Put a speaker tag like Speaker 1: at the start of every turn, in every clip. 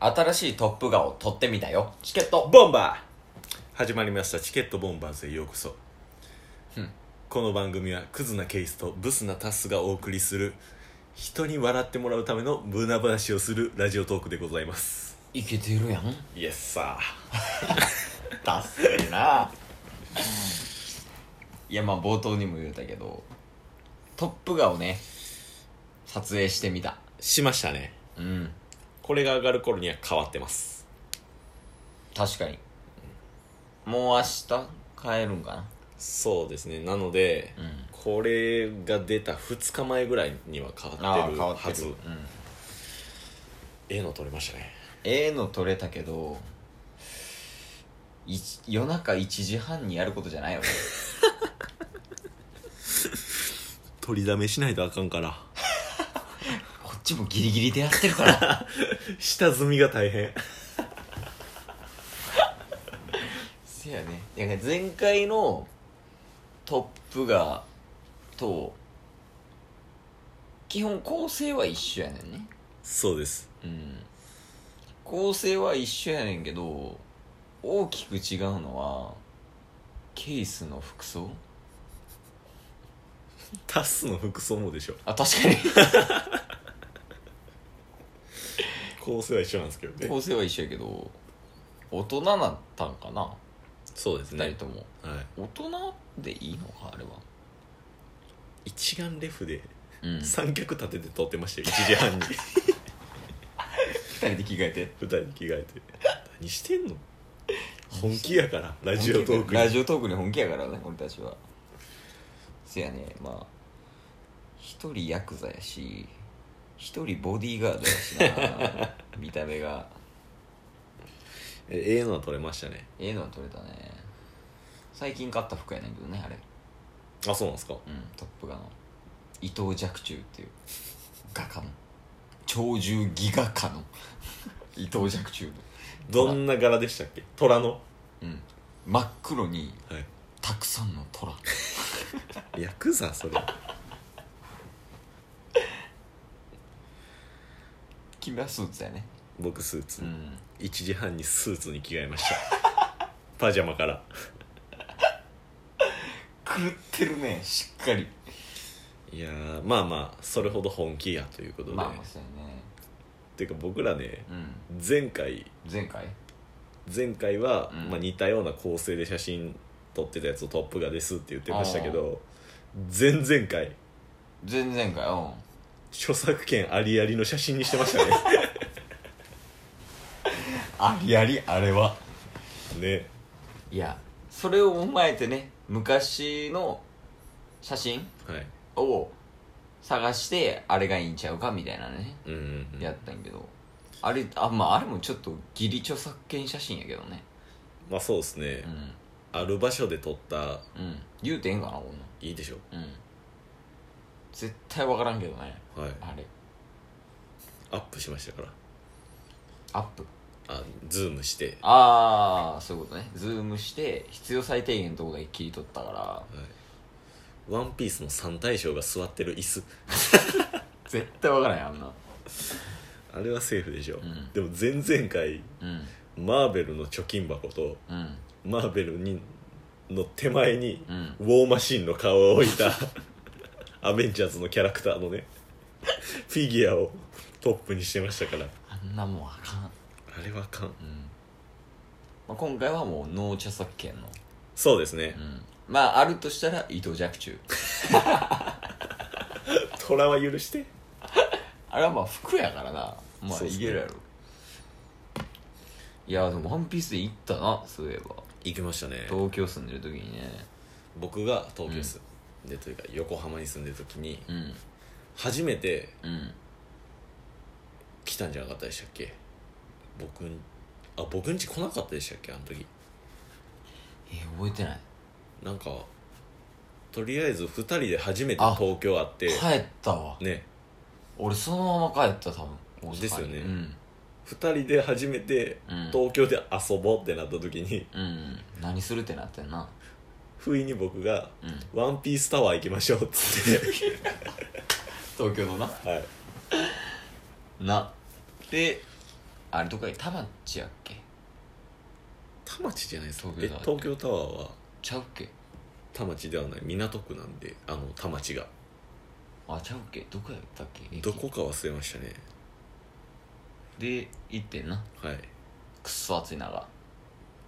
Speaker 1: 新しいトップガンを取ってみたよチケット
Speaker 2: ボンバー始まりましたチケットボンバーズへようこそ
Speaker 1: うん
Speaker 2: この番組はクズなケイスとブスなタスがお送りする人に笑ってもらうための無駄話をするラジオトークでございます
Speaker 1: いけてるやん
Speaker 2: イエスさ
Speaker 1: ダッセーないやまあ冒頭にも言うたけどトップガンをね撮影してみた
Speaker 2: しましたね
Speaker 1: うん
Speaker 2: これが上がる頃には変わってます
Speaker 1: 確かにもう明日帰るんかな
Speaker 2: そうですねなので、
Speaker 1: ん
Speaker 2: これが出た2日前ぐらいには変わってるはず
Speaker 1: うん
Speaker 2: ええの撮れましたね
Speaker 1: ええの撮れたけどいち夜中1時半にやることじゃないよね
Speaker 2: 取りだめしないとあかんから
Speaker 1: こっちもギリギリでやってるから
Speaker 2: 下積みが大変
Speaker 1: せやねいや前回のトップがと基本構成は一緒やねんね
Speaker 2: そうです
Speaker 1: うん構成は一緒やねんけど大きく違うのはケースの服装
Speaker 2: タスの服装もでしょ
Speaker 1: あ確かに
Speaker 2: 構成は一緒なんですけどね
Speaker 1: 構成は一緒やけど大人なったんかな
Speaker 2: そうです
Speaker 1: 2人とも
Speaker 2: はい、
Speaker 1: 大人でいいのかあれは
Speaker 2: 一眼レフで
Speaker 1: うん2
Speaker 2: 三脚立てて撮ってましたよ1時 半に
Speaker 1: 人で着替えて
Speaker 2: 二人に着替えて何してんの本気やからラジオトーク
Speaker 1: ラ
Speaker 2: に
Speaker 1: ジオトークに本気やからね俺たちはせやねまあ一人ヤクザやし一人ボディーガードやしな見た目 が
Speaker 2: えええのは撮れましたね
Speaker 1: ええのは取れたね最近買った服やねんけどねあれ
Speaker 2: あそうなんですか
Speaker 1: うんトップガンの伊藤若冲っていう画家の鳥獣ギガ家 の伊藤若冲の
Speaker 2: どんな柄でしたっけ虎の
Speaker 1: うん真っ黒に
Speaker 2: は
Speaker 1: たくさんの虎
Speaker 2: いヤクザそれ
Speaker 1: 君はスーツやね
Speaker 2: 僕スーツ、
Speaker 1: うん
Speaker 2: 1時半にスーツに着替えました パジャマから
Speaker 1: 狂ってるねしっかり
Speaker 2: いやーまあまあそれほど本気やということで、
Speaker 1: まあまあそうやね
Speaker 2: ていうか僕らね
Speaker 1: うん
Speaker 2: 前回
Speaker 1: 前回
Speaker 2: 前回は、
Speaker 1: うん
Speaker 2: まあ、似たような構成で写真撮ってたやつを「トップガンです」って言ってましたけど前々回
Speaker 1: 前々回うん
Speaker 2: 著作権ありありの写真にしてました ね
Speaker 1: ありありあれは
Speaker 2: ね
Speaker 1: いやそれを踏まえてね昔の写真
Speaker 2: はい
Speaker 1: を探してあれがいいんちゃうかみたいなね
Speaker 2: うんうんうん
Speaker 1: やったんやけどあれあまああれもちょっと義理著作権写真やけどね
Speaker 2: まあそうですね、
Speaker 1: うん
Speaker 2: ある場所で撮った
Speaker 1: うん言うてええんかなこんなん
Speaker 2: いいでしょ
Speaker 1: うん絶対分からんけどね
Speaker 2: はい
Speaker 1: あれ
Speaker 2: アップしましたから
Speaker 1: アップ
Speaker 2: あズームして、
Speaker 1: ああそういうことねズームして必要最低限のとこだけ切り取ったから
Speaker 2: はい、ワンピースの三大将が座ってる椅子
Speaker 1: 絶対分からんやんあんな
Speaker 2: あれはセーフでしょ、
Speaker 1: ん
Speaker 2: でも前々回
Speaker 1: うん
Speaker 2: マーベルの貯金箱と
Speaker 1: うん
Speaker 2: マーベルにの手前に、
Speaker 1: うん
Speaker 2: ウォーマシンの顔を置いた アベンジャーズのキャラクターのねフィギュアをトップにしてましたから
Speaker 1: あんなもんあかん、
Speaker 2: あれはあかん
Speaker 1: うんまあ、今回はもうノー著作権の
Speaker 2: そうですね
Speaker 1: うんまああるとしたら伊藤若冲
Speaker 2: 虎は許して
Speaker 1: あれはまあ服やからなまあ
Speaker 2: そうっすね
Speaker 1: いけるやろいやでも「ワンピースで行ったなそういえば
Speaker 2: 行きましたね
Speaker 1: 東京住んでる時にね
Speaker 2: 僕が東京住んで、というか横浜に住んでる時に
Speaker 1: うん
Speaker 2: 初めて
Speaker 1: うん
Speaker 2: 来たんじゃなかったでしたっけ僕んあ僕ん家来なかったでしたっけあの時
Speaker 1: えー覚えてない
Speaker 2: なんかとりあえず2人で初めて
Speaker 1: あ
Speaker 2: 東京会って
Speaker 1: 帰ったわ
Speaker 2: ね
Speaker 1: 俺そのまま帰った多分大阪に
Speaker 2: ですよね
Speaker 1: うん
Speaker 2: 2人で初めて
Speaker 1: うん
Speaker 2: 東京で遊ぼうってなった時に
Speaker 1: うん何するってなってんな
Speaker 2: 不意に僕が
Speaker 1: うん
Speaker 2: 「ワンピースタワー行きましょう」っつ って
Speaker 1: 東京のな
Speaker 2: はい
Speaker 1: なであれどこや田町やっけ
Speaker 2: 田町じゃないですか
Speaker 1: 東京
Speaker 2: え
Speaker 1: タワー
Speaker 2: 東京タワーは
Speaker 1: ちゃうっけ
Speaker 2: 田町ではない港区なんであの田町が
Speaker 1: あちゃうっけどこやったっけ駅
Speaker 2: どこか忘れましたね
Speaker 1: で行ってんな
Speaker 2: はい
Speaker 1: くっそ暑いなが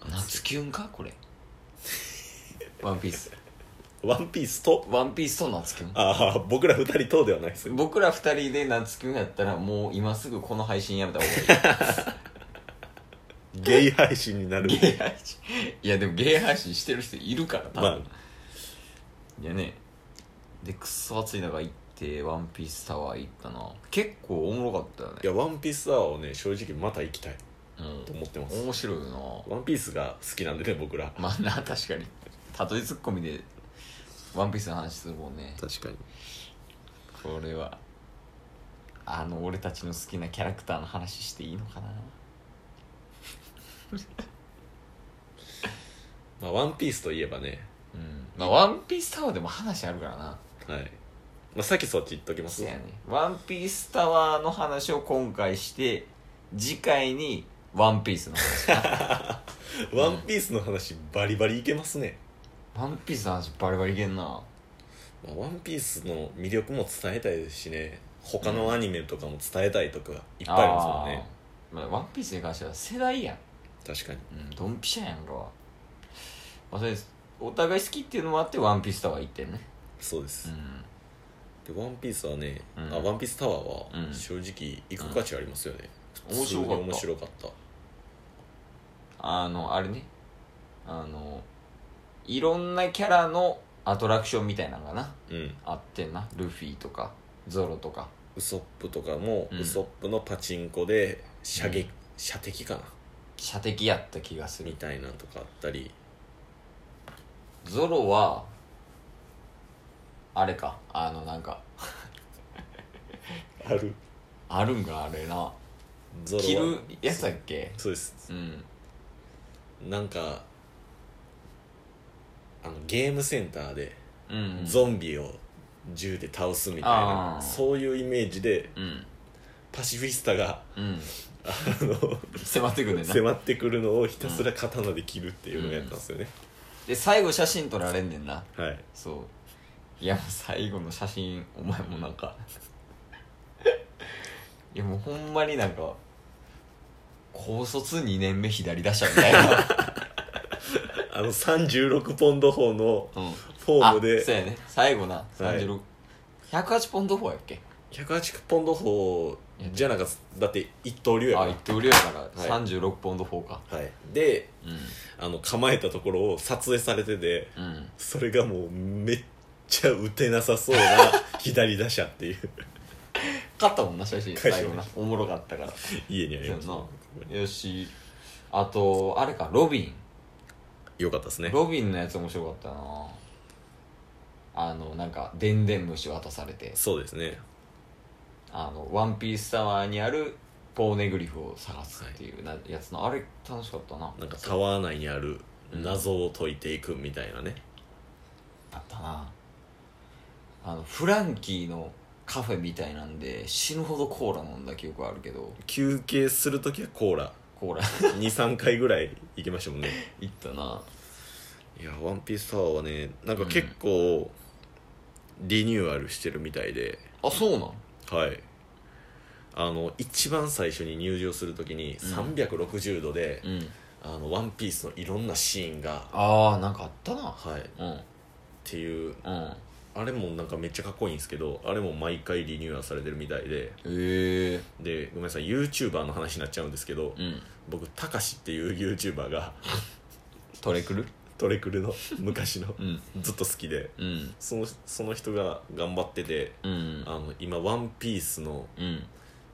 Speaker 2: 暑い
Speaker 1: 夏キュンかこ れワンピース
Speaker 2: ワンピースと
Speaker 1: ワンピースと夏キュン
Speaker 2: ああ僕ら二人とではないですよ
Speaker 1: 僕ら二人で夏キュンやったらもう今すぐこの配信やめた方がい
Speaker 2: ゲイ配信にな る
Speaker 1: いゲイ配信いやでもゲイ配信してる人いるから多分、
Speaker 2: ま
Speaker 1: いやねでくっそ暑い中行ってワンピースタワー行ったな結構おもろかったよね
Speaker 2: いやワンピースタワーをね正直また行きたい
Speaker 1: うん
Speaker 2: と思ってます
Speaker 1: 面白いよ
Speaker 2: ワンピースが好きなんでね僕ら
Speaker 1: なま あな確かに例えツッコミでワンピースの話するもんね
Speaker 2: 確かに
Speaker 1: これはあの俺たちの好きなキャラクターの話していいのかな
Speaker 2: まあワンピースといえばね
Speaker 1: うんまあワンピースタワーでも話あるからな
Speaker 2: はいまあさっきそっち言っときます
Speaker 1: そうやねワンピースタワーの話を今回して次回にワンピースの 話
Speaker 2: ワンピースの話バリバリいけますね、
Speaker 1: ワンピースの話バリバリいけんな
Speaker 2: まあ、ワンピースの魅力も伝えたいですしね他のアニメとかも伝えたいとかいっぱいありますもんね
Speaker 1: あーまあ、ワンピースに関しては世代やん、
Speaker 2: 確かに
Speaker 1: うん、ドンピシャやんか、まあ、それお互い好きっていうのもあってワンピースタワー行ってんね
Speaker 2: そうです
Speaker 1: う、ん
Speaker 2: でワンピースはね、
Speaker 1: うん
Speaker 2: あワンピースタワー
Speaker 1: う
Speaker 2: は
Speaker 1: ん
Speaker 2: 正直行く価値ありますよね、
Speaker 1: うん
Speaker 2: 普通
Speaker 1: 面白
Speaker 2: に
Speaker 1: かった
Speaker 2: 面白かった
Speaker 1: あのあれねあのいろんなキャラのアトラクションみたいなのがな
Speaker 2: うん
Speaker 1: あってんなルフィとかゾロとか
Speaker 2: ウソップとかも、
Speaker 1: うん
Speaker 2: ウソップのパチンコで射
Speaker 1: う
Speaker 2: 撃、
Speaker 1: ん
Speaker 2: 射的かな
Speaker 1: 射的やった気がす
Speaker 2: み
Speaker 1: る
Speaker 2: たいなのとかあったり
Speaker 1: ゾロはあれかあのなんか
Speaker 2: ある
Speaker 1: あるんかあれな
Speaker 2: ゾロは
Speaker 1: 着るやつだっけ
Speaker 2: そうです
Speaker 1: うん
Speaker 2: なんかあのゲームセンターで
Speaker 1: うんうん
Speaker 2: ゾンビを銃で倒すみたいな、
Speaker 1: あー
Speaker 2: そういうイメージで
Speaker 1: うん
Speaker 2: パシフィスタが
Speaker 1: うん
Speaker 2: あの
Speaker 1: 迫ってくんねんな
Speaker 2: 迫ってくるのをひたすら刀で切るっていうのをやったんですよね、
Speaker 1: で最後写真撮られんねんな
Speaker 2: はい
Speaker 1: そういやもう最後の写真お前もなんか いやもうほんまになんか高卒2年目左打者みたいな
Speaker 2: あの36ポンド砲の
Speaker 1: うん
Speaker 2: フォーム
Speaker 1: あそう
Speaker 2: で
Speaker 1: やね最後な36、108ポンドフォーやっけ
Speaker 2: 108ポンド砲じゃなかっただって一刀流やか
Speaker 1: あ
Speaker 2: ら
Speaker 1: 一等量やから
Speaker 2: はい
Speaker 1: 36ポンドフォーか、
Speaker 2: はい、で
Speaker 1: う
Speaker 2: あの構えたところを撮影されてて
Speaker 1: んうん
Speaker 2: それがもうめっちゃ打てなさそうな 左打者っていう
Speaker 1: 勝ったもんな写真
Speaker 2: 勝ち
Speaker 1: 最後なおもろかったから
Speaker 2: 家にありまし
Speaker 1: そう
Speaker 2: た
Speaker 1: よしあとあれかロビン
Speaker 2: よかったですね
Speaker 1: ロビンのやつ面白かったなあのなんかでんでん虫渡されて
Speaker 2: そうですね
Speaker 1: あのワンピースタワーにあるポーネグリフを探すっていうなやつのあれ楽しかったな
Speaker 2: なんかタワー内にある謎を解いていくみたいなね、
Speaker 1: あったなあのフランキーのカフェみたいなんで死ぬほどコーラ飲んだ記憶はあるけど
Speaker 2: 休憩する時はコーラ
Speaker 1: コーラ
Speaker 2: 23回ぐらい行きましたもんね
Speaker 1: 行ったない
Speaker 2: や「ワンピースタワーはねなんか結構リニューアルしてるみたいで、
Speaker 1: あそうなん
Speaker 2: はいあの一番最初に入場する時に360度で
Speaker 1: う、ん
Speaker 2: あのワンピースのいろんなシーンが、
Speaker 1: ああなんかあったな
Speaker 2: はい、っ
Speaker 1: うん
Speaker 2: ていう
Speaker 1: うん
Speaker 2: あれもなんかめっちゃかっこいいんですけどあれも毎回リニューアルされてるみたいで
Speaker 1: ええ
Speaker 2: でごめんなさい YouTuber の話になっちゃうんですけど
Speaker 1: うん
Speaker 2: 僕たかしっていう YouTuber が
Speaker 1: トレクル
Speaker 2: トレクルの昔の
Speaker 1: うん
Speaker 2: ずっと好きで
Speaker 1: うん
Speaker 2: そのその人が頑張ってて
Speaker 1: うん
Speaker 2: あの今「ワンピースの
Speaker 1: うん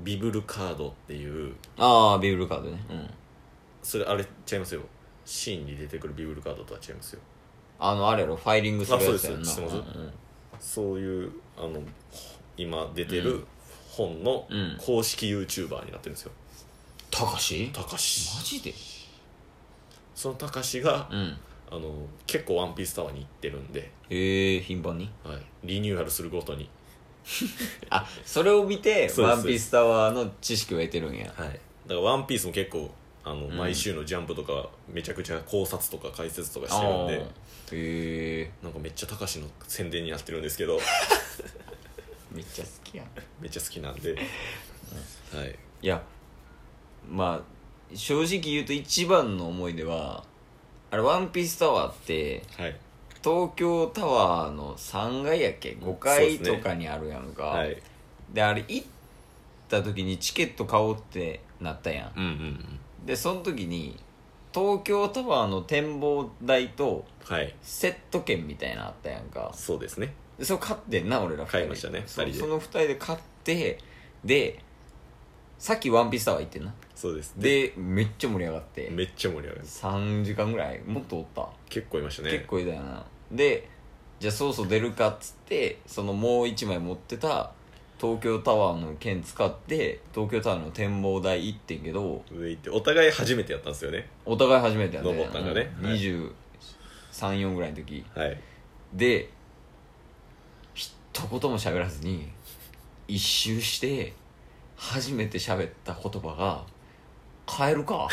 Speaker 2: ビブルカードっていう
Speaker 1: ああビブルカードねうん
Speaker 2: それあれちゃいますよシーンに出てくるビブルカードとは違いますよ
Speaker 1: あのあれやろファイリングするやつやんな
Speaker 2: あそうです知ってます
Speaker 1: うん
Speaker 2: そういうあの今出てる本の
Speaker 1: うん
Speaker 2: 公式 YouTuber になってるんですよ
Speaker 1: たかした
Speaker 2: か
Speaker 1: マ
Speaker 2: し
Speaker 1: ジで
Speaker 2: そのたかしが
Speaker 1: うん
Speaker 2: あの結構「ワンピースタワーに行ってるんで、
Speaker 1: ええ頻繁に
Speaker 2: はい、リニューアルするごとに
Speaker 1: あそれを見て「
Speaker 2: そうで
Speaker 1: ワ
Speaker 2: す
Speaker 1: ンピースタワーの知識を得てるんや
Speaker 2: はいだから「ワンピースも結構あの、
Speaker 1: ん
Speaker 2: 毎週の「ジャンプ」とかめちゃくちゃ考察とか解説とかし
Speaker 1: あ
Speaker 2: てるんで
Speaker 1: ーへえ
Speaker 2: なんかめっちゃ高しの宣伝になってるんですけど
Speaker 1: めっちゃ好きやん
Speaker 2: めっちゃ好きなんで、はい、
Speaker 1: いやまあ正直言うと一番の思い出はあれ「ワンピースタワーって
Speaker 2: はい、
Speaker 1: 東京タワーの3階やっけ5階とかにあるやんか
Speaker 2: はい、
Speaker 1: であれ行った時にチケット買おうってなったやん
Speaker 2: うんうんうん
Speaker 1: でその時に東京タワーの展望台と
Speaker 2: はい
Speaker 1: セット券みたいなのあったやんか
Speaker 2: そうですね
Speaker 1: でそれ買ってんな俺ら二
Speaker 2: 買いましたね
Speaker 1: そう
Speaker 2: 二人で
Speaker 1: その2人で買ってでさっき「ワンピースタワー行ってんな
Speaker 2: そうですね
Speaker 1: でめっちゃ盛り上がって
Speaker 2: めっちゃ盛り上がる
Speaker 1: 3時間ぐらいもっとおった、
Speaker 2: 結構いましたね
Speaker 1: 結構いたよなでじゃあそろそろ出るかっつってそのもう1枚持ってた東京タワーの券使って東京タワーの展望台行ってんけど
Speaker 2: 上行ってお互い初めてやったんですよね
Speaker 1: お互い初めてやった
Speaker 2: 登ったんだねはい
Speaker 1: 234ぐらいの時
Speaker 2: はい
Speaker 1: で一言も喋らずに一周して初めて喋った言葉が「帰る か」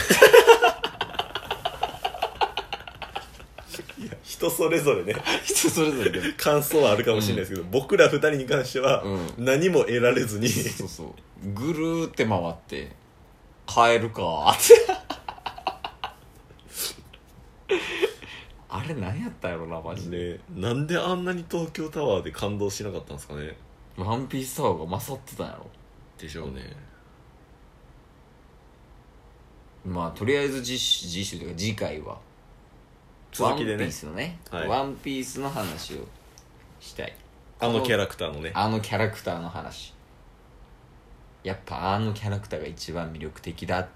Speaker 2: 人それぞれね
Speaker 1: 人それぞれで
Speaker 2: 感想はあるかもしれないですけど、僕ら二人に関しては
Speaker 1: う
Speaker 2: 何も得られずに、
Speaker 1: そうそうぐるーって回って「帰る か」ってあれ何やったんやろなマジで
Speaker 2: ね、なんであんなに東京タワーで感動しなかったんですかね
Speaker 1: 「ワンピースタワーが勝ってたんやろ
Speaker 2: でしょうね
Speaker 1: まあとりあえず次週次週というか次回は
Speaker 2: 続きで
Speaker 1: ワンピ
Speaker 2: ね
Speaker 1: ースのね、
Speaker 2: はい
Speaker 1: ワンピースの話をしたい
Speaker 2: あのキャラクターのね
Speaker 1: あのキャラクターの話やっぱあのキャラクターが一番魅力的だっ